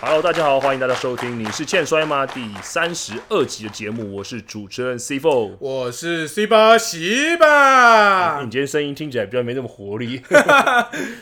Hello，大家好，欢迎大家收听《你是欠摔吗》第三十二集的节目，我是主持人 C Four。我是 C 八喜吧你，今天声音听起来比较没那么活力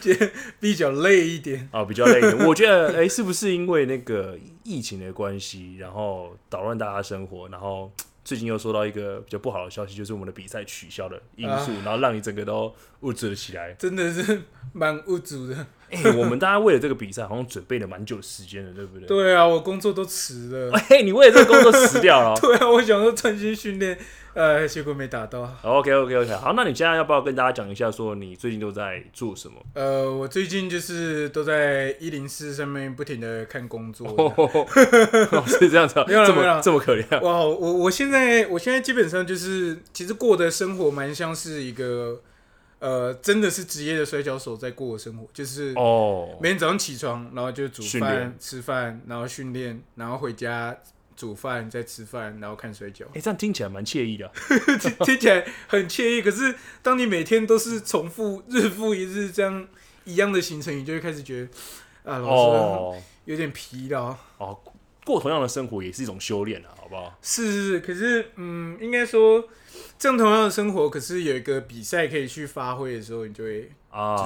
今天比较累一点。啊，比较累一点。我觉得， 哎，是不是因为那个疫情的关系，然后捣乱大家生活，然后最近又收到一个比较不好的消息，就是我们的比赛取消的因素，然后让你整个都物质了起来。真的是蛮无助的。哎，我们大家为了这个比赛，好像准备了蛮久的时间了，对不对？。对啊，我工作都辞了。哎，你为了这个工作死掉了哦。对啊，我想说专心训练，呃，结果没达到。 OK OK OK，好，那你现在要不要跟大家讲一下，说你最近都在做什么？呃，我最近就是都在一零四上面不停的看工作。哦，是这样子啊，没有啦这没有么啦这么可怜啊。哇，我我现在我现在基本上就是，其实过的生活蛮像是一个，呃，真的是职业的摔跤手在过的生活，就是哦，每天早上起床，然后就煮训饭练、，吃饭，然后训练，然后回家煮饭、再吃饭，然后看摔跤哎，这样听起来蛮惬意的啊。听 听起来很惬意。可是当你每天都是重复日复一日这样一样的行程，你就会开始觉得啊，老师哦有点疲劳。哦，过同样的生活也是一种修炼啊，好不好？是是是，可是嗯，应该说这样同样的生活，可是有一个比赛可以去发挥的时候，你就会啊，就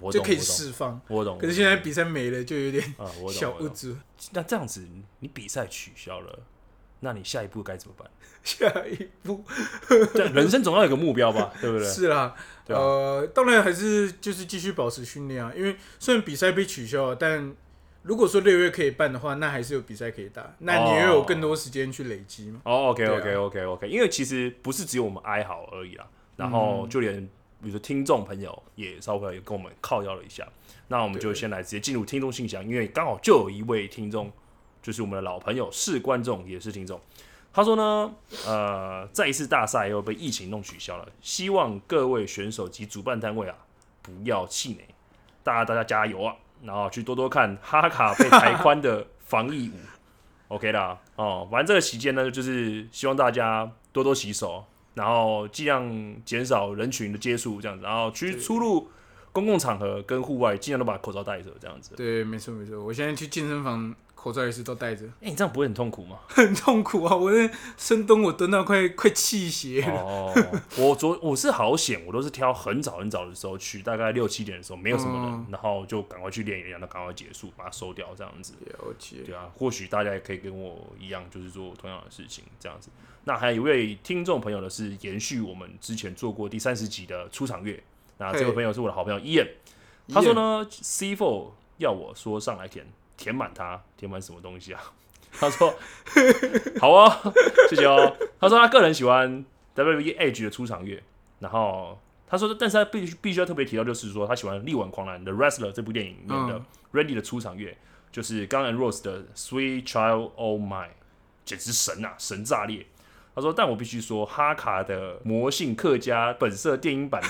我是就懂，可以我懂，释放。我懂。可是现在比赛没了，就有点啊，我懂，小我不懂。足。 那这样子，你比赛取消了，那你下一步该怎么办？下一步对，人生总要有个目标吧，对不对？是啦，对啊呃，当然还是就是继续保持训练啊，因为虽然比赛被取消了，但如果说六月可以办的话，那还是有比赛可以打，那你也有更多时间去累积嘛。哦，OK 对啊 OK OK OK，因为其实不是只有我们哀嚎而已啦，然嗯后就连比如说听众朋友也稍微有跟我们靠邀了一下，那我们就对先来直接进入听众信箱，因为刚好就有一位听众，就是我们的老朋友是观众也是听众，他说呢，呃，再一次大赛又被疫情弄取消了，希望各位选手及主办单位啊不要气馁，大家大家加油啊，然后去多多看哈卡被抬宽的防疫舞 ，OK 啦，哦，反正这个期间呢，就是希望大家多多洗手，然后尽量减少人群的接触，这样子，然后去对出入公共场合跟户外尽量都把口罩戴着，这样子。对，没错没错，我现在去健身房口罩也是都戴着，哎、你这样不会很痛苦吗？很痛苦啊！我那深蹲我蹲到快快气血了，哦，我昨我是好险，我都是挑很早很早的时候去，大概六七点的时候没有什么人，嗯然后就赶快去练一练，然后赶快结束，把它收掉这样子。了解。对啊，或许大家也可以跟我一样，就是做同样的事情这样子。那还有一位听众朋友呢，是延续我们之前做过第三十集的出场乐。那这位嘿朋友是我的好朋友 Ian，他说呢，C Four 要我说上来填填满它，填满什么东西啊？他说好哦，谢谢哦。他说他个人喜欢 WWE Edge 的出场乐，然后他说，但是他必须必须要特别提到，就是说他喜欢《力挽狂澜》的《Wrestler》这部电影里面的嗯 Randy 的出场乐，就是刚 n Rose 的《Sweet Child O' Mine》，简直神啊，神炸裂！他说，但我必须说，哈卡的魔性客家本色电影版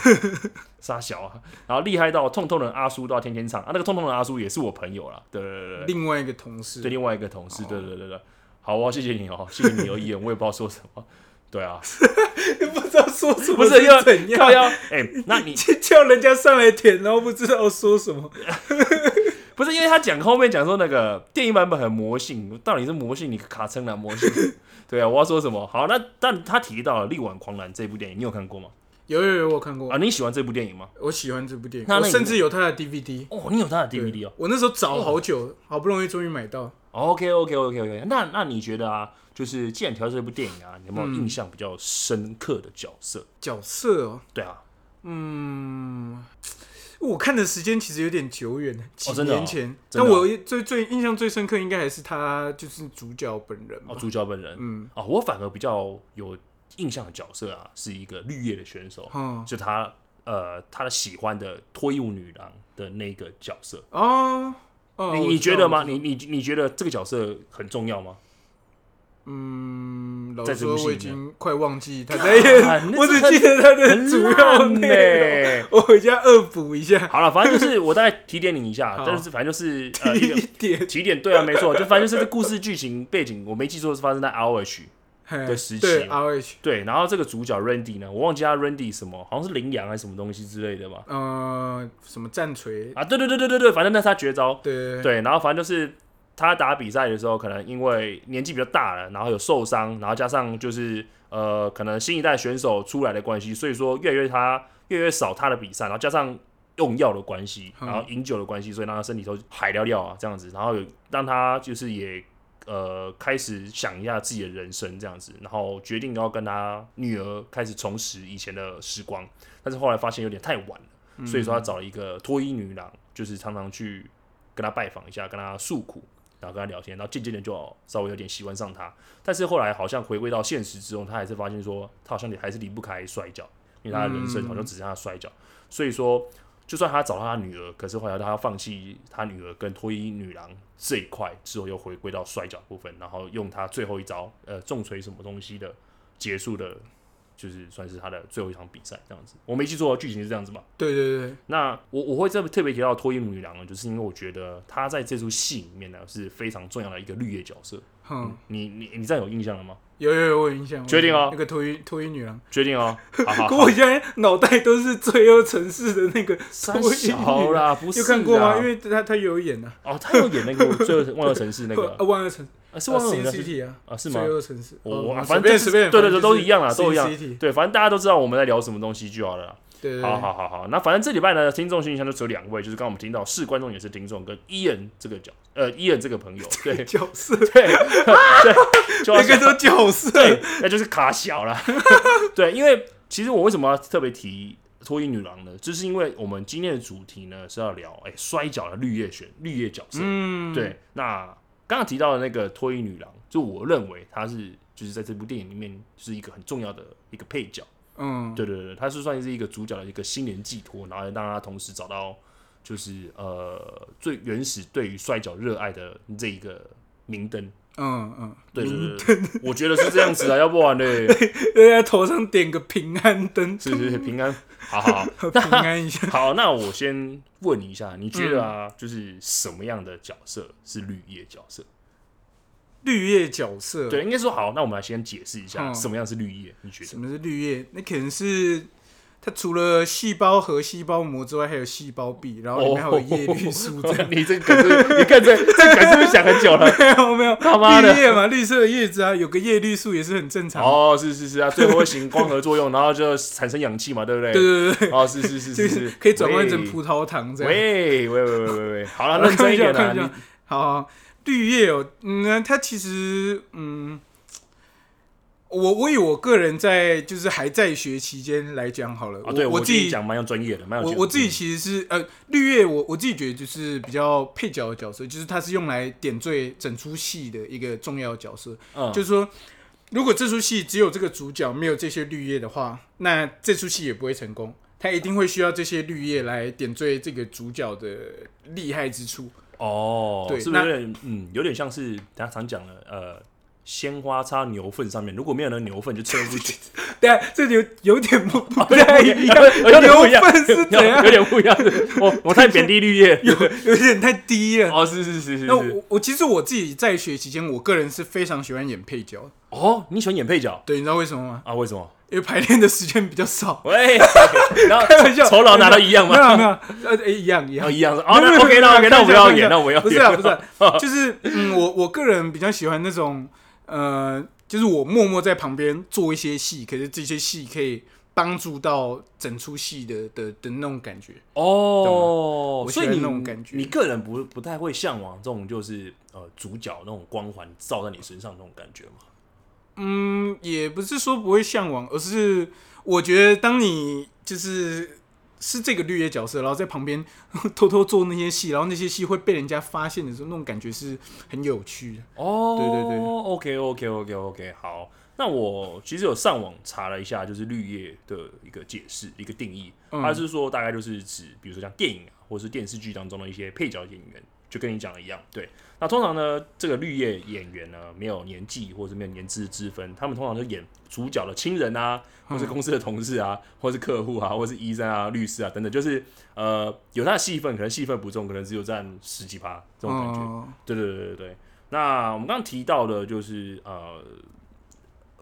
沙小啊，然后厉害到痛痛的阿叔都要天天唱啊，那个痛痛的阿叔也是我朋友啦，对对对对对，另外一个同事对，另外一个同事，对对对对，好哦，谢谢你哦，谢谢你有意见，我也不知道说什么。对啊，不知道说什么，不是要怎靠样，腰，哎、那你叫人家上来舔，然后不知道说什么。不是因为他讲后面讲说那个电影版本很魔性，到底是魔性，你卡称了魔性。对啊，我要说什么？好，那但他提到了《力挽狂澜》这部电影，你有看过吗？有有有，我看过啊，，你喜欢这部电影吗？我喜欢这部电影，那那我你甚至有他的 DVD。哦，你有他的对 DVD 哦。我那时候找好嗯久，好不容易终于买到。 OK OK OK OK，那那你觉得啊，就是既然提到这部电影啊，你有没有印象比较深刻的角色？角色哦，对啊，嗯，我看的时间其实有点久远了，几真的哦年前。真但的哦我最最印象最深刻，应该还是他就是主角本人哦，吧。主角本人，嗯，哦，我反而比较有印象的角色啊，是一个绿叶的选手，哦就他呃他的喜欢的脱衣舞女郎的那个角色，哦哦，你我你知觉道得吗？？你你你觉得这个角色很重 要吗？嗯，老在实这部说，我戏已里面哎经快忘 记他在啊演， 我只记得他的主要内容。呢。 我回家恶补一下，哦 好了，反正就是我大概提点你一下，好但是反正就是呃一 一个点提点，对啊，没 错，就反正就是故事剧情背景，我没记错是发生在 ROH。对时期对 R H，对，然后这个主角 Randy 呢，我忘记他 Randy 什么，好像是羚羊还是什么东西之类的吧？呃，什么战锤，啊，对对对对对对，反正那是他绝招，对对，然后反正就是他打比赛的时候，可能因为年纪比较大了，然后有受伤，然后加上就是呃，可能新一代选手出来的关系，所以说越来越他越来越少他的比赛，然后加上用药的关系，嗯然后饮酒的关系，所以让他身体都海尿尿啊这样子，然后有让他就是也呃开始想一下自己的人生这样子，然后决定要跟他女儿开始重拾以前的时光，但是后来发现有点太晚了。所以说嗯他找了一个脱衣女郎，就是常常去跟他拜访一下，跟他诉苦，然后跟他聊天，然后渐渐的就稍微有点喜欢上他。但是后来好像回归到现实之后，他还是发现说，他好像还是离不开摔跤，因为他的人生好像只剩下摔跤。所以说，就算他找到他女儿，可是后来他放弃他女儿跟脱衣女郎这一块之后，又回归到摔跤部分，然后用他最后一招，呃，重锤什么东西的结束的。就是算是他的最后一场比赛这样子，我没记错，剧情是这样子吧？对对嗯对，那我我会特别特别提到脱衣舞女郎呢，就是因为我觉得她在这出戏里面呢是非常重要的一个绿叶角色。嗯，你你你这样有印象了吗？有有有，我有印象。我有确定哦那个脱衣脱衣女郎，确 定哦，好好可好我，现在脑袋都是《罪恶城市》的那个三脱衣小女郎，啦，不哦是有看过吗？啦因为他他有演啊，哦，她有演那个《最后万恶城市》那个 呃，万恶城啊是万恶城市 CCT 啊，啊是吗罪？恶城市，我哦我嗯反随正便就是随便，对对反正对都一样啦就是都一样 CCT 对，反正大家都知道我们在聊什么东西就好了啦。对对，对好，好好好，那反正这礼拜呢，听众信箱就只有两位，就是刚刚我们听到是观众也是听众跟伊恩这个角呃伊恩这个朋友，对对角色对，就要每个都角色，对，那就是卡小了。 对，因为其实我为什么要特别提脱衣女郎呢？就是因为我们今天的主题呢是要聊哎、摔跤的绿叶选绿叶角色。嗯，对，那刚刚提到的那个脱衣女郎，就我认为她是就是在这部电影里面是一个很重要的一个配角。嗯，对对对，她是算是一个主角的一个心灵寄托，然后让她同时找到就是呃最原始对于摔跤热爱的这一个明灯。嗯嗯，对对对对，我觉得是这样子啊，要不然呢？人家头上点个平安灯，是 是是平安，好好好 平安一下。好。那我先问你一下，你觉得嗯啊，就是什么样的角色是绿叶角色？绿叶角色，对，，应该说好。那我们来先解释一下嗯什么样是绿叶？你觉什得？么是绿叶？那可能是它除了细胞核、细胞膜之外，还有细胞壁，然后里面还有叶绿素 这样。你这个可 是，你看这这可是不是想很久了？没 有没有，哦他妈的绿叶嘛，绿色的叶子啊，有个叶绿素也是很正常。 哦，是是是啊，最后会行光合作用，然后就产生氧气嘛，对不对？对对对哦，是是是对，是就是是，可以转换成喂葡萄糖这样。喂喂喂喂喂喂，好了，好认真一点啊看啦一下看一下你好好，好绿叶哦，嗯，它其实嗯。我我以我个人在就是还在学期间来讲好了，啊，对我我自己讲蛮有专业的，蛮有我技术我自己其实是呃，绿叶我我自己觉得就是比较配角的角色，就是他是用来点缀整出戏的一个重要的角色。嗯就是说，如果这出戏只有这个主角，没有这些绿叶的话，那这出戏也不会成功。他一定会需要这些绿叶来点缀这个主角的厉害之处。哦，对是不是那有点嗯，有点像是大家常讲的呃，鲜花插牛粪上面，如果没有人牛粪就吃不起， 对啊，这有有点不不 太一样，哦有点牛不一样，粪是怎样有？点不一样。 我我太贬低绿叶，有有点太低了。哦，是是是是那是，我我其实我自己在学期间，我个人是非常喜欢演配角的。哦，你喜欢演配角对，你知道为什么吗？啊？为什么？因为排练的时间比较 少。喂，然后开玩笑，酬劳拿到一样没吗？ 有没有，呃，诶一样一然后 样。一样是哦，没有没那有 OK 那 OK，没有那我不要开玩笑演，那我不要不演，是啊，不是啊，就是嗯，我我个人比较喜欢那种呃，就是我默默在旁边做一些戏，可是这些戏可以帮助到整出戏的的的那种感觉。 哦，我喜所以欢你那种感觉你个人不不太会向往这种就是呃主角那种光环照在你身上那种感觉吗？嗯，也不是说不会向往，而是我觉得当你就是是这个绿叶角色，然后在旁边 偷偷做那些戏，然后那些戏会被人家发现的时候，那种感觉是很有趣的。哦，对对对，OK OK OK OK，好。那我其实有上网查了一下，就是绿叶的一个解释、一个定义，嗯它是说大概就是指，比如说像电影啊，或是电视剧当中的一些配角演员，就跟你讲的一样。对，那通常呢，这个绿叶演员呢，没有年纪或者没有年资之分，他们通常就演主角的亲人啊，嗯或是公司的同事啊，或是客户啊，或是医生啊、律师啊等等，就是呃，有他的戏份，可能戏份不重，可能只有占十几趴这种感觉。嗯对对对对对。那我们刚刚提到的就是呃，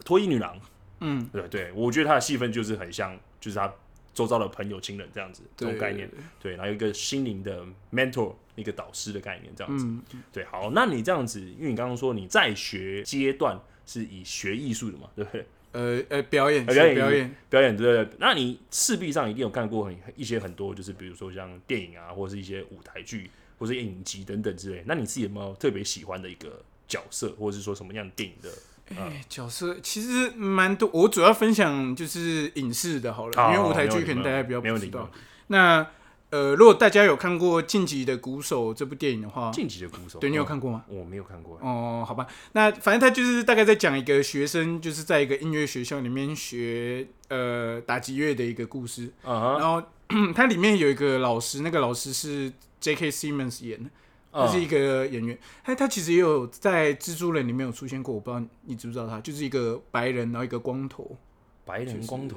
脱衣女郎，嗯，对对，我觉得她的戏份就是很像，就是她周遭的朋友、亲人这样子，这对种概念。，对，然后有一个心灵的 mentor，一个导师的概念这样子。嗯，对，好，那你这样子，因为你刚刚说你在学阶段是以学艺术的嘛，对不对？呃呃，表演呃是表演表演，表演对不对？那你势必上一定有看过很一些很多，就是比如说像电影啊，或是一些舞台剧，或是影集等等之类。那你自己有没有特别喜欢的一个角色，或者是说什么样的电影的？哎，角色其实蛮多，我主要分享就是影视的好好了，因为舞台啊哦没问剧题可能大家比较没不问知题。没道问。题那呃，如果大家有看过《晋级的鼓手》这部电影的话，晋级的鼓手，对你有嗯？看过吗？我没有看过。哦，好吧，那反正他就是大概在讲一个学生，就是在一个音乐学校里面学呃打击乐的一个故事。嗯哼，然后 它里面有一个老师，那个老师是 J.K. Simmons 演的，他是嗯一个演员。他他其实也有在《蜘蛛人》里面有出现过，我不知道你知不知道他，就是一个白人，然后一个光头，白人光头，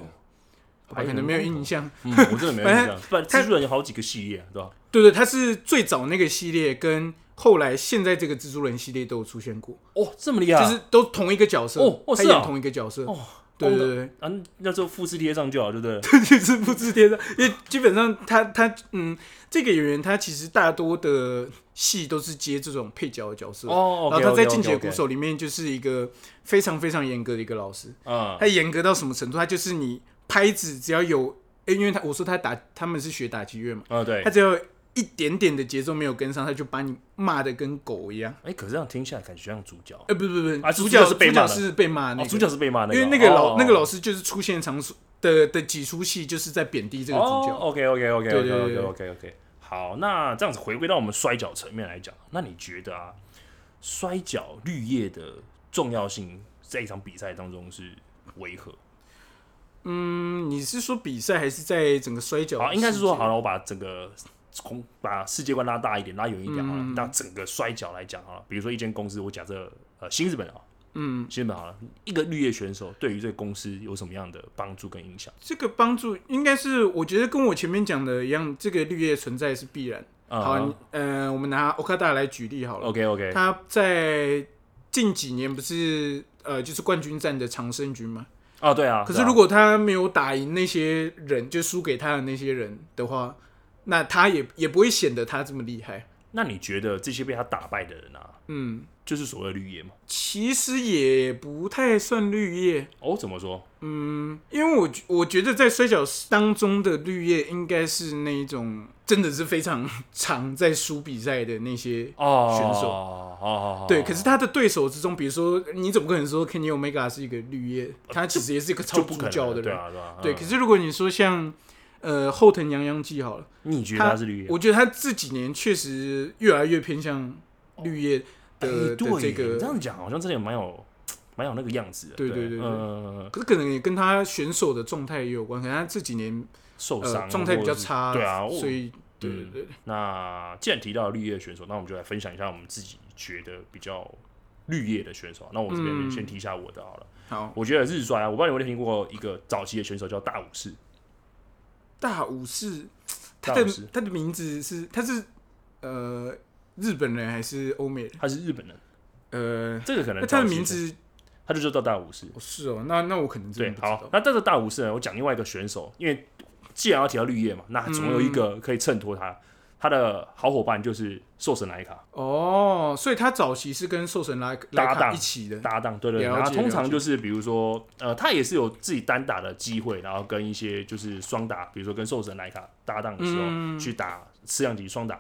好吧白人可能没有印光象。头。 嗯，我真的没有印象。不然蜘蛛人有好几个系列啊，对吧？对对，他是最早那个系列跟后来现在这个蜘蛛人系列都有出现过，哦，这么厉害啊，就是都同一个角色，哦哦他是演哦同一个角色。哦对光对对头对。啊，那就复制贴上就好，对不对？就是复制贴上， 因为基本上他他嗯，这个演员他其实大多的戏都是接这种配角的角色，哦然后他在《进阶鼓手》里面就是一个非常非常严格的一个老师，啊，他严格到什么程度？他就是你拍子只要有，诶因为他我说他打他们是学打击乐嘛，啊对他，只要有一点点的节奏没有跟上，他就把你骂的跟狗一样。哎，可是这样听起来感觉像主角哎、不不不，啊主主角角是被骂的主角是被骂的那个哦，主角是被骂那个，因为那个老、哦那个老师就是出现场所的的几出戏就是在贬低这个主角。 OK OK OK 对 OK 对 OK 对 OK OK，好，那这样子回归到我们摔跤层面来讲，那你觉得啊，摔跤绿叶的重要性在一场比赛当中是为何？嗯，你是说比赛还是在整个摔跤世界？好，应该是说好了，我把整个空把世界观拉大一点，拉远一点好了。嗯那整个摔跤来讲好了，比如说一间公司，我假设呃新日本啊，嗯，新日本好了，一个绿叶选手对于这个公司有什么样的帮助跟影响？这个帮助应该是我觉得跟我前面讲的一样，这个绿叶存在是必然。好，你呃，我们拿 Okada 来举例好了，嗯，OK OK，他在近几年不是呃就是冠军战的长生军嘛？哦对啊，可对是啊如果他没有打赢那些人，就输给他的那些人的话，那他也也不会显得他这么厉害。那你觉得这些被他打败的人啊，嗯，就是所谓的绿叶吗？其实也不太算绿叶。哦，怎么说？嗯，因为我觉我觉得在摔角当中的绿叶应该是那一种真的是非常常在输比赛的那些。哦，选手哦，哦哦对，可是他的对手之中，比如说，你总不可能说 Kenny Omega 是一个绿叶，他其实也是一个超哦就不主可能教的对人。啊，对啊，对，嗯可是如果你说像呃后藤洋洋纪好了，你觉得他他是绿叶？我觉得他这几年确实越来越偏向绿叶哎的的对这耶你这个，样讲好像真的蛮有蛮有那个样子的，对对对对对嗯，可是可能也跟他选手的状态也有关，可能他这几年受呃伤啊状态比较或者是差，对啊，所我以对对嗯对。那既然提到绿叶选手，那我们就来分享一下我们自己觉得比较绿叶的选手。那我这边嗯先提一下我的好了，好，我觉得日摔啊，我不知道你有没有听过一个早期的选手叫大武士，大武士，他大的武士他的名字是他是呃日本人还是欧美人？他是日本人，呃，这个可能那他的早期名字他就叫大武士。哦是哦，那那我可能对真，的不知好道，。那这个大武士呢，我讲另外一个选手，因为既然要提到绿叶嘛，那总有一个嗯可以衬托他。他的好伙伴就是兽神莱卡哦，所以他早期是跟兽神莱搭莱档卡一起的，搭档，对对对。了解然后通了常解就是比如说，呃，他也是有自己单打的机会，然后跟一些就是双打，比如说跟兽神莱卡搭档的时候、嗯去打次量级双打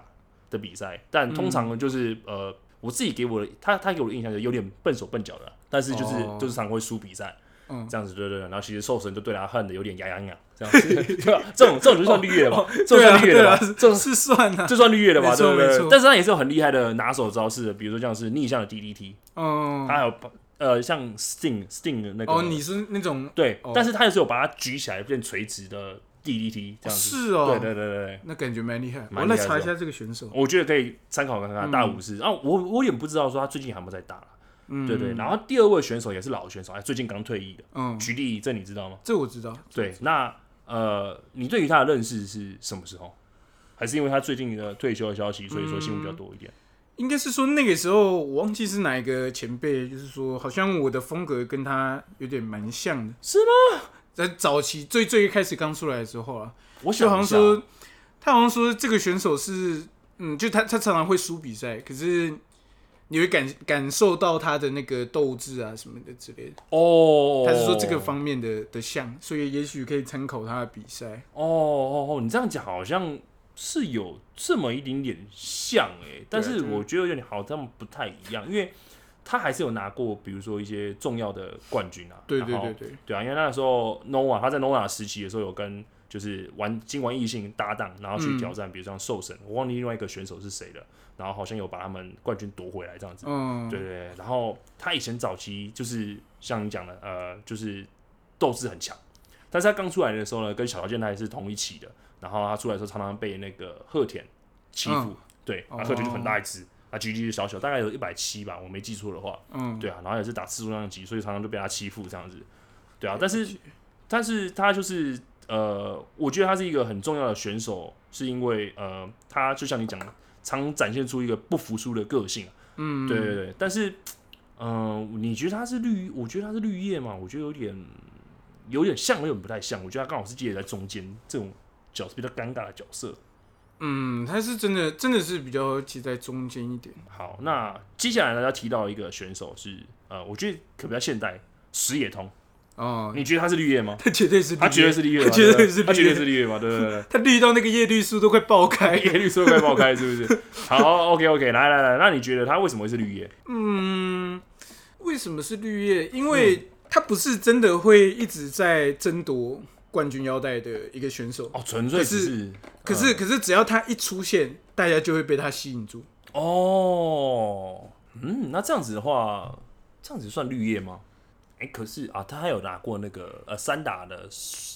的比赛。但通嗯常就是、呃，我自己给我的他他给我的印象就有点笨手笨脚的，但是就是、哦就是常会输比赛。嗯，这样子对对对，然后其实兽神就对他恨的有点牙痒痒，这样 子对吧？这种这种就算绿叶了吧，这种对啊算绿叶对了啊，吧，是这种是算啊，这算绿叶了吧，没错对不没对错？但是他也是有很厉害的拿手招式的，比如说像是逆向的 DDT，嗯他，还有把呃像 Sting Sting 的那个哦，你是那种对哦，但是他也是有把它举起来变垂直的 DDT 这样子，是哦，对对对对对。那感觉蛮厉害，蛮我厉来害的查一下这个选手，我觉得可以参考看看嗯大武士，然后我我也不知道说他最近还有没有在打了，嗯，对对。然后第二位选手也是老选手，哎，最近刚退役的，嗯，举例这你知道吗？这我知道，对，那呃，你对于他的认识是什么时候？还是因为他最近的退休的消息，所以说新闻嗯比较多一点？应该是说那个时候我忘记是哪一个前辈，就是说好像我的风格跟他有点蛮像的，是吗？在早期最最开始刚出来的时候啊，我就好想像一下，说，他好像说这个选手是，嗯，就他他常常会输比赛，可是你会感感受到他的那个斗志啊什么的之类的。哦，他是说这个方面的的项，所以也许可以参考他的比赛。哦哦哦，你这样讲好像是有这么一点点像哎、但是对啊我觉得有点好像不太一样，因为他还是有拿过，比如说一些重要的冠军啊。对然对后对对，对啊，因为那个时候 Nova 他在 Nova 时期的时候有跟就是玩金丸异性搭档，然后去嗯挑战，比如像兽神，我忘记另外一个选手是谁了，然后好像有把他们冠军夺回来这样子。嗯，对对对，然后他以前早期就是像你讲的，呃，就是斗志很强，但是他刚出来的时候呢，跟小条健太是同一起的，然后他出来的时候常常被那个鹤田欺负，嗯对，哦啊，鹤田就很大一只，啊，G G 小小，大概有一百七吧，我没记错的话，嗯，对啊，然后也是打次数量级，所以常常就被他欺负这样子，对啊，但是但是他就是呃，我觉得他是一个很重要的选手，是因为呃，他就像你讲的，常展现出一个不服输的个性啊。嗯，对对对，但是，嗯、你觉得它是绿？我觉得它是绿叶嘛，我觉得有点有点像，有点不太像。我觉得它刚好是介在中间这种角色比较尴尬的角色。嗯，他是真的真的是比较骑在中间一点。好，那接下来呢，要提到一个选手是呃，我觉得可比较现代，石野通。哦，你觉得他是绿叶吗？他绝对是他绿绝对叶是绿叶嘛，他绝对对不是绿他绝对叶是绿叶嘛，对 对对。他绿到那个叶绿素都快爆开。叶绿色快爆开是不是？好，OK OK，来来来，那你觉得他为什么会是绿叶？嗯，为什么是绿叶？因嗯为他不是真的会一直在争夺冠军腰带的一个选手，哦，嗯纯粹可只是是，可是、可是只要他一出现，大家就会被他吸引住。哦，嗯，那这样子的话，这样子算绿叶吗？哎、可是啊，他还有拿过那个呃三打的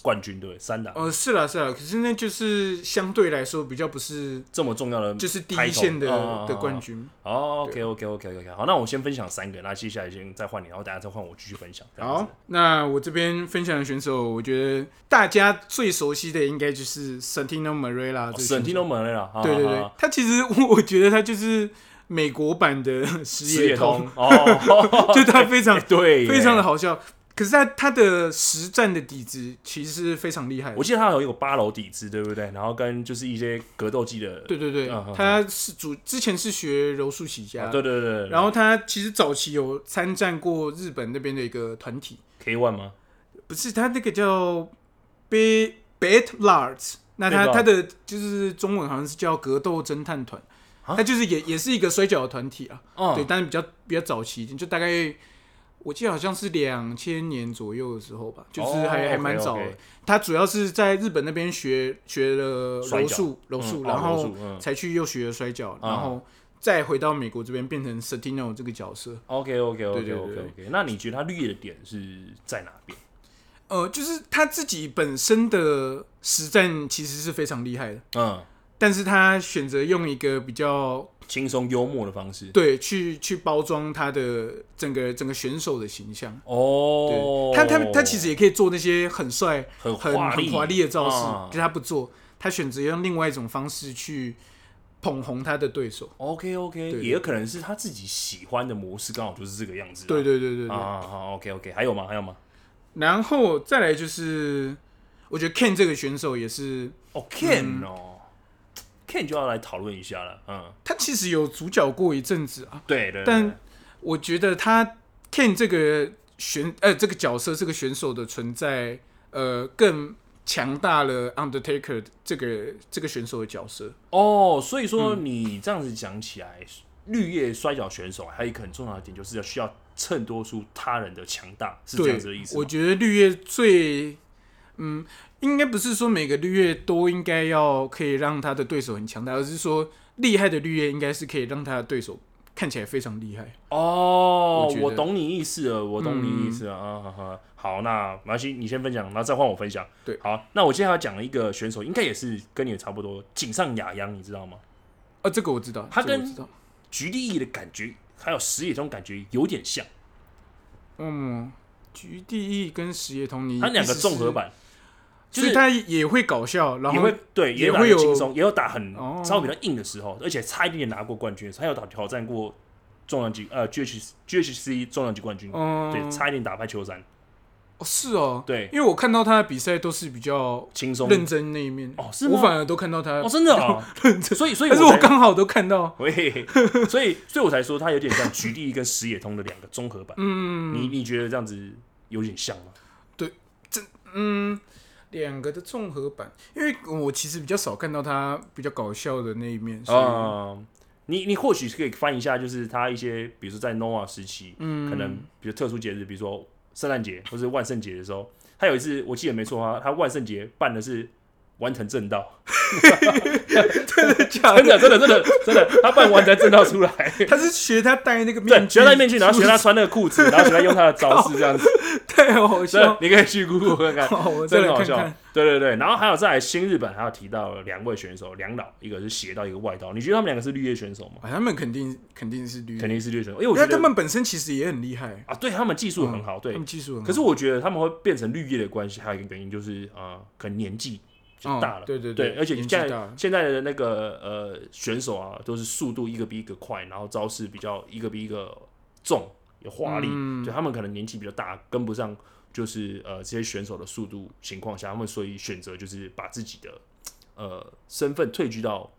冠军，对不对，三打、呃，是啦是啦，可是那就是相对来说比较不是这么重要的就是第一线的 title 啊的冠。军。哦，OK 啊 OK OK OK，好，那我先分享三个，那接下来先再换你，然后大家再换我继续分享。这样子好，，那我这边分享的选手，我觉得大家最熟悉的应该就是 Santino m a r e l a 这个省选听手。都门了啦。对对啊哈对，，他其实我我觉得他就是美国版的石石野野通通，哦， 就他非常 对耶，非常的好笑。可是他他的实战的底子其实是非常厉害的我。记得他有一个八楼底子，对不对？然后跟就是一些格斗技的，对对对嗯嗯嗯，他是主之前是学柔术起家啊，对对对，然后他其实早期有参战过日本那边的一个团体， K One 吗？不是他那个叫 B Bet Lards，那他 Bet Lards 他的就是中文好像是叫格斗侦探团，啊他就是也也是一个摔跤的团体啊，哦对，但是比较比较早期一点，就大概我记得好像是两千年左右的时候吧，就是还、哦还蛮早的 OK，OK。他主要是在日本那边学学了摔柔跤术，柔术，嗯然哦柔后术嗯才去又学了摔跤，嗯然后再回到美国这边变成 Satino 这个角色。 OK OK OK 对对 OK OK，那你觉得他绿叶的点是在哪边？呃，就是他自己本身的实战其实是非常厉害的，嗯，但是他选择用一个比较轻松幽默的方式。对去去包装他的整个整个选手的形象。哦对，，他他他其实也可以做那些很帅、很很华丽很华丽的造势，啊可是他不做，他选择用另外一种方式去捧红他的对手。 OK OK，对也有可能是他自己喜欢的模式，刚好就是这个样子啊。对对对对对。啊，好 OK OK，还有吗？还有吗？然后再来就是，我觉得 Ken 这个选手也是，哦，Ken 哦，Ken 就要来讨论一下了。嗯，他其实有主角过一阵子啊。对对，对但我觉得他 Ken 这个选呃这个角色这个选手的存在，呃更。强大了 Undertaker 这个这个选手的角色，哦，所以说嗯你这样子讲起来，绿叶摔跤选手还有一个很重要的点，就是要需要衬托出他人的强大，是这对，样子的意思吗。我觉得绿叶最，嗯，应该不是说每个绿叶都应该要可以让他的对手很强大，而是说厉害的绿叶应该是可以让他的对手看起来非常厉害。哦我，觉我得嗯懂你意思了，我懂你意思了、啊哈哈。好，那没关系，你先分享，然后再换我分享。对好，那我接下来要讲的一个选手，应该也是跟你也差不多，井上雅央，你知道吗？啊，这个我知道，他这个跟我知道，菊地义的感觉，还有石野这种感觉有点像，嗯，菊地义跟石野通，你他们两个意思是综合，版，就所是以他也会搞笑，然也后会对，也也打会得有轻松，也有打很哦稍微比较硬的时候，而且差一点点拿过冠军，还有打挑战过重量级呃 GH GHC 重量级冠军，嗯，对，差一点打败秋山。哦，是哦，对，因为我看到他的比赛都是比较轻松认真那一面，哦是吗我反而都看到他哦，真的啊，认真，所以所以但是我我才刚好都看到，喂，所以所以我才说他有点像局地跟石野通的两个综合版。嗯，你你觉得这样子有点像吗？嗯，两个的综合版，因为我其实比较少看到他比较搞笑的那一面，所以啊、你你或许是可以翻一下，就是他一些，比如说在 Noah 时期，嗯，可能比如特殊节日，比如说圣诞节或是万圣节的时候，他有一次我记得没错啊，他万圣节办的是完藤正道，假的，真的真的真的真的，他办完藤正道出来， 他是学他戴那个面对，具，学他面具，然后学他是穿那个裤子，然后学他用他的招式 这样子，不是太好真的笑，你可以去 Google 看看。好，我再来真的很好看笑看，，对对对，然后还有在新日本，还有提到了两位选手，两老，一个是邪道，一个外道。你觉得他们两个是绿叶选手吗？啊他们肯定肯定是绿的，肯定是绿叶选手，因为我因为觉得他们本身其实也很厉害，啊，对他们技术很好，他对们。技术很好，可是我觉得他们会变成绿叶的关系，还有一个原因就是啊、呃可能年纪就嗯大了，对对对而且年现纪大在了，现在的那个呃选手啊，都是速度一个比一个快，然后招式比较一个比一个重，有华丽，嗯就他们可能年纪比较大，跟不上就是呃这些选手的速度情况下，他们所以选择就是把自己的呃身份退居到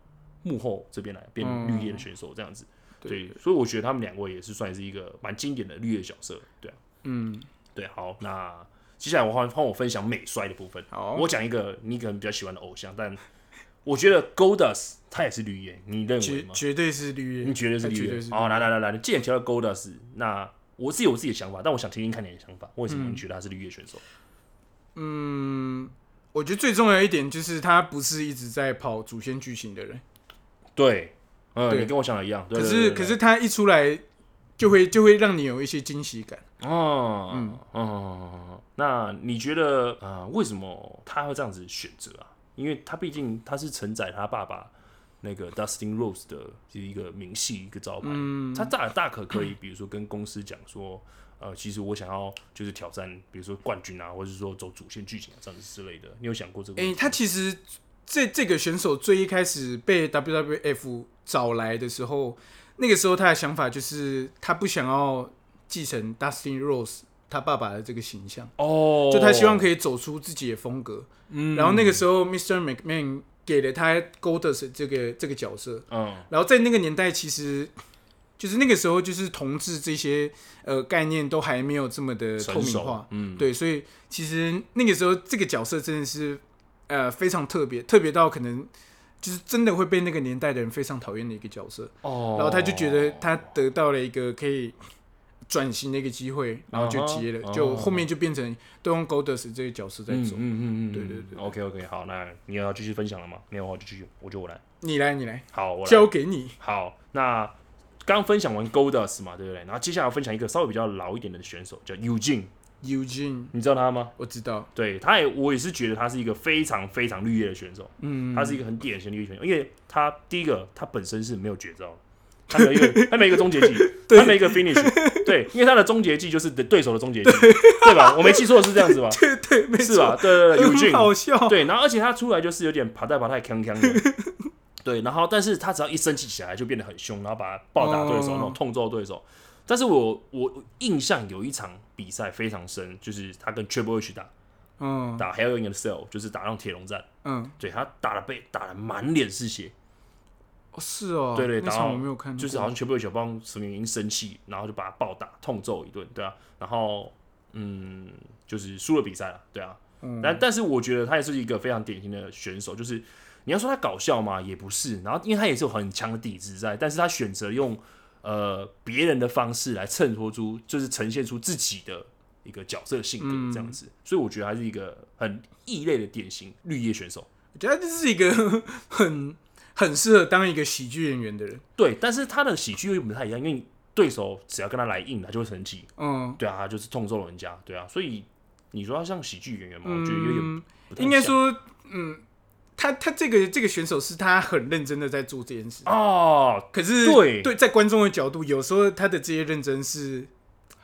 幕后这边来，变嗯绿叶的选手这样子。对，所以我觉得他们两位也是算是一个蛮经典的绿叶角色，对啊。嗯，对，好，那接下来我换换我分享美衰的部分。好我讲一个你可能比较喜欢的偶像，但我觉得 Goldas 他也是绿叶，你认为绝吗？绝对是绿叶，你觉得是他绿绝叶对是？绿哦，来来来来，既然提到 Goldas，那我自己有我自己的想法，但我想听听看你的想法，为什么你觉得他是绿叶选手？嗯，我觉得最重要一点就是他不是一直在跑主线剧情的人，对，嗯，对你跟我想的一样。对可对是对对可是他一出来就会就会让你有一些惊喜感。哦，嗯哦，那你觉得啊、呃为什么他会这样子选择啊？因为他毕竟他是承载他爸爸那个 Dustin Rose 的一个名系一个招牌，嗯，他大大可可以，比如说跟公司讲说，呃，其实我想要就是挑战，比如说冠军啊，或者是说走主线剧情啊这样子之类的。你有想过这个诶、问题吗？他其实这这个选手最一开始被 WWF 找来的时候，那个时候他的想法就是他不想要继承 Dustin Rose 他爸爸的这个形象，哦，就他希望以，可以走出自己的风格。嗯然后那个时候 Mr. McMahon 给了他 Goldust 这个这个角色，嗯然后在那个年代，其实就是那个时候，就是同志这些呃概念都还没有这么的透成明熟化，，嗯，对，所以其实那个时候这个角色真的是呃非常特别，特别到可能就是真的会被那个年代的人非常讨厌的一个角色。哦，然后他就觉得他得到了一个可以转型的一个机会，然后就接嗯了，哼就后面就变成都用 Goldust 这个角色在嗯走。嗯嗯嗯，对对对，OK OK，好，那你要继续分享了吗？没有的话就继续，我就我来。你来，你来，好，我来。交给你。好，那刚分享完 Goldas 嘛，对不对？然后接下来分享一个稍微比较老一点的选手，叫 Eugene， Eugene，你知道他吗？我知道，对，他也我也是觉得他是一个非常非常绿叶的选手，嗯，他是一个很典型的绿叶选手，因为他第一个他本身是没有绝招的，他没有 一个他没有一个终结技，他没有一个 finish，对，因为他的终结技就是对手的终结技，对吧？我没记错是这样子吧？ 对对，没是错吧？，对对对很，Eugene， 好笑。对，然后而且他出来就是有点爬带爬带锵锵的，对，然后但是他只要一生气起来就变得很凶，然后把他暴打对手、那种哦痛揍对手。但是我我印象有一场比赛非常深，就是他跟 Triple H 打嗯打 Hell in a Cell，就是打上铁笼战，嗯，对他打了被打了满脸是血，哦是哦，对对那然后场我没有看过，就是好像 Triple H 不知道什么原因生气，然后就把他暴打痛揍一顿，对啊，然后嗯，就是输了比赛了，对啊，嗯但但是我觉得他也是一个非常典型的选手，就是你要说他搞笑嘛，也不是。然后因为他也是有很强的底子在，但是他选择用呃别人的方式来衬托出，就是呈现出自己的一个角色性嗯格这样子。所以我觉得他是一个很异类的典型绿叶选手。我觉得他就是一个很很适合当一个喜剧演员的人。对，但是他的喜剧又不太一样，因为对手只要跟他来硬，他就会生气。嗯对啊，他就是痛揍人家。对啊，所以你说他像喜剧演员嘛，我觉得有点嗯，不太应该像说，嗯，他他这个这个选手是他很认真的在做这件事，哦，可是对对，在观众的角度，有时候他的这些认真是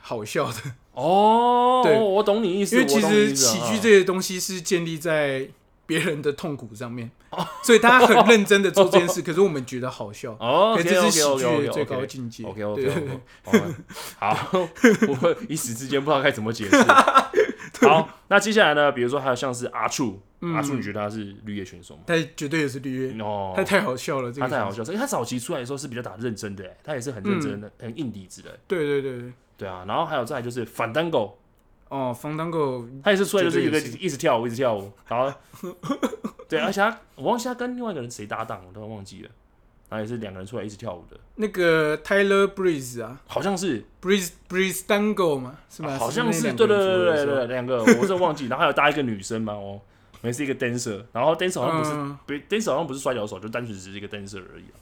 好笑的， 哦，对我懂你意思。因为我其懂你实意思喜剧啊这些东西是建立在。别人的痛苦上 面，所以他很认真的做这件事，可是我们觉得好笑。哦，可是这是喜 OK，OK，OK，OK，OK，剧的最高境界。 OK 对 OK，好，我一时之间不知道该怎么解释。好，那接下来呢？比如说还有像是阿处，阿处，你觉得他是绿叶选手吗？他绝对也是绿叶，哦，他太好笑了，这他个太好选手，笑了，因为他早期出来的时候是比较打认真的，他也是很认真的，很硬底子的，对对对对，对啊。然后还有再来就是反单狗，哦，防当狗，他也是出来就是有个绝对也一直跳舞，一直跳舞，然后对，而且他我忘记他跟另外一个人谁搭档，我突然忘记了，然后也是两个人出来一直跳舞的，那个 Tyler Breeze 啊好像是，Breeze Breeze Dango 嘛，是吧？啊好像是那是两对对个人对对组对的对，两个，我真忘记。然后还有搭一个女生嘛，哦，也是一个 dancer，然后 dancer 好像不时是，候，嗯，不 dancer 好像不是摔跤手，就单纯只是一个 dancer 而已啊。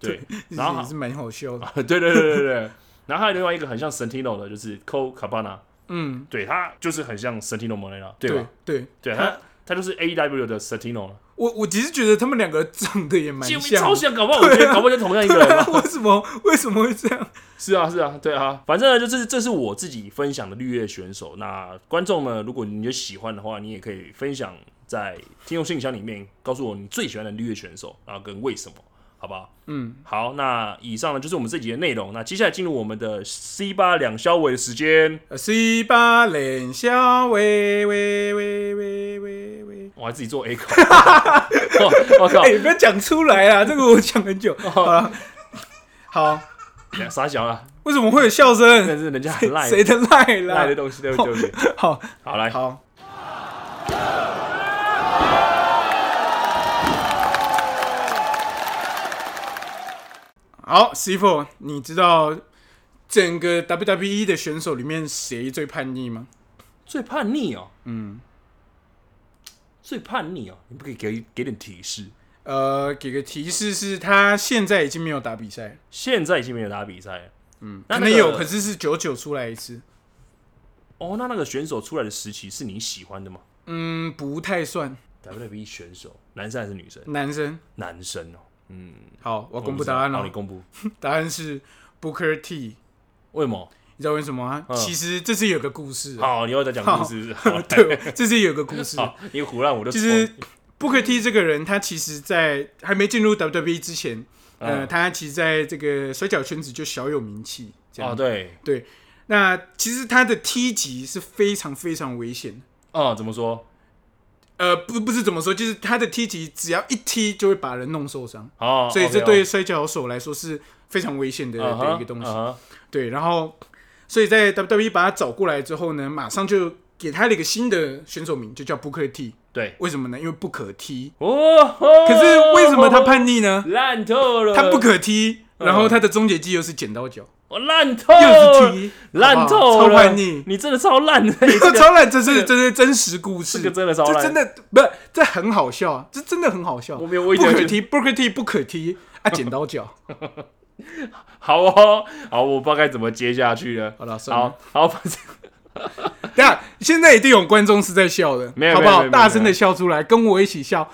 对， 然后也是蛮好笑的，对对对对对对。然后还有另外一个很像 Santino 的，就是 Cole Cabana，嗯，对他就是很像 Santino Morena，对对吧？对，对他他就是 AEW 的 Santino 了。我我其实觉得他们两个长得也蛮见面像啊超的，像，搞不好我觉得搞不好就同样一个人啊吧。 为什么为什么会这样？ 是啊，是啊，对啊，反正呢，就是这是我自己分享的绿叶选手。那观众呢，如果你有喜欢的话，你也可以分享在听众信箱里面，告诉我你最喜欢的绿叶选手，然后跟为什么，好不好？嗯，好，那以上呢就是我们这集的内容。那接下来进入我们的 C 八两消尾的时间，呃西巴冷笑，喂喂喂喂喂喂。我还自己做 A 口， 我、靠哎、，不要讲出来 啊！这个我讲很哦久。好了，好，哎傻小了，为什么会有笑声？但是人家很赖啊谁的赖赖啦？的东西，对不对？对不起好 好来，好，好，C Four，你知道整个 WWE 的选手里面谁最叛逆吗？最叛逆哦，嗯，最叛逆哦，你不可以给给点提示？呃，给个提示是他现在已经没有打比赛了，现在已经没有打比赛了。嗯，那可那能有，个可是是久久出来一次。哦，那那个选手出来的时期是你喜欢的吗嗯，不太算， ？WWE 选手，男生还是女生？男生。男生哦。嗯，好，我我哦公不布知道哦答案了好你。公布。答案是 Booker T。为什么？你知道为什么吗？嗯其实这次有个故事啊，好，你又在讲故事。好， 对，这次有个故事。好，你胡乱我就就是哦 Booker T 这个人，他其实在还没进入 WWE 之前，呃，嗯他其实在这个摔跤圈子就小有名气。这哦，样，对，那其实他的 T 级是非常非常危险的。哦，怎么说？呃，不不是怎么说，就是他的 T 级只要一踢就会把人弄受伤，哦，所以 OK，这对摔跤手来说是非常危险的嗯的哼一个东西。嗯哼对，然后所以在 WWE 把他找过来之后呢，马上就给他了一个新的选手名，就叫 Booker T。对。为什么呢？因为不可踢。哦，可可是为什么他叛逆呢？哦烂透了？他不可踢，嗯然后他的终结技又是剪刀脚，我烂透又是了，踢，呃烂透好不好超了，叛逆。你真的超烂的，这个超烂，这是这是真实故这事，个真的超这烂，真的不是，这很好笑啊，这真的很好笑我。没有，我不一点可踢，不可踢，不可踢啊！剪刀脚， 好哦，好，我不知道该怎么接下去了。好了，算了。好好，反正等一下，现在一定有观众是在笑的，没有好不没有没好？有大声的笑出来，跟我一起笑。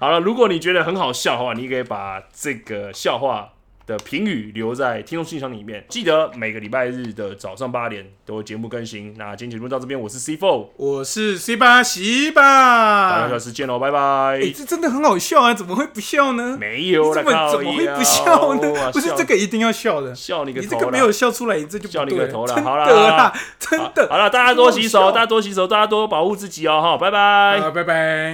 好了，如果你觉得很好笑的话，你可以把这个笑话的评语留在听众信箱里面。记得每个礼拜日的早上八点都有节目更新。那今天节目到这边，我是 C Four，我是 C 八席大吧家。下次见喽，拜拜。哎、这真的很好笑啊！怎么会不笑呢？没有啦，怎么怎么会不笑靠腰呢啊？不是笑这个一定要笑的，笑你个你头这啦，个没有笑出来，你这就笑不你对个了头啦真好啦的好啦啦，真的好。了，大家多好洗手，笑大家多洗手，大家多保护自己哦，哈，拜拜。好，拜拜。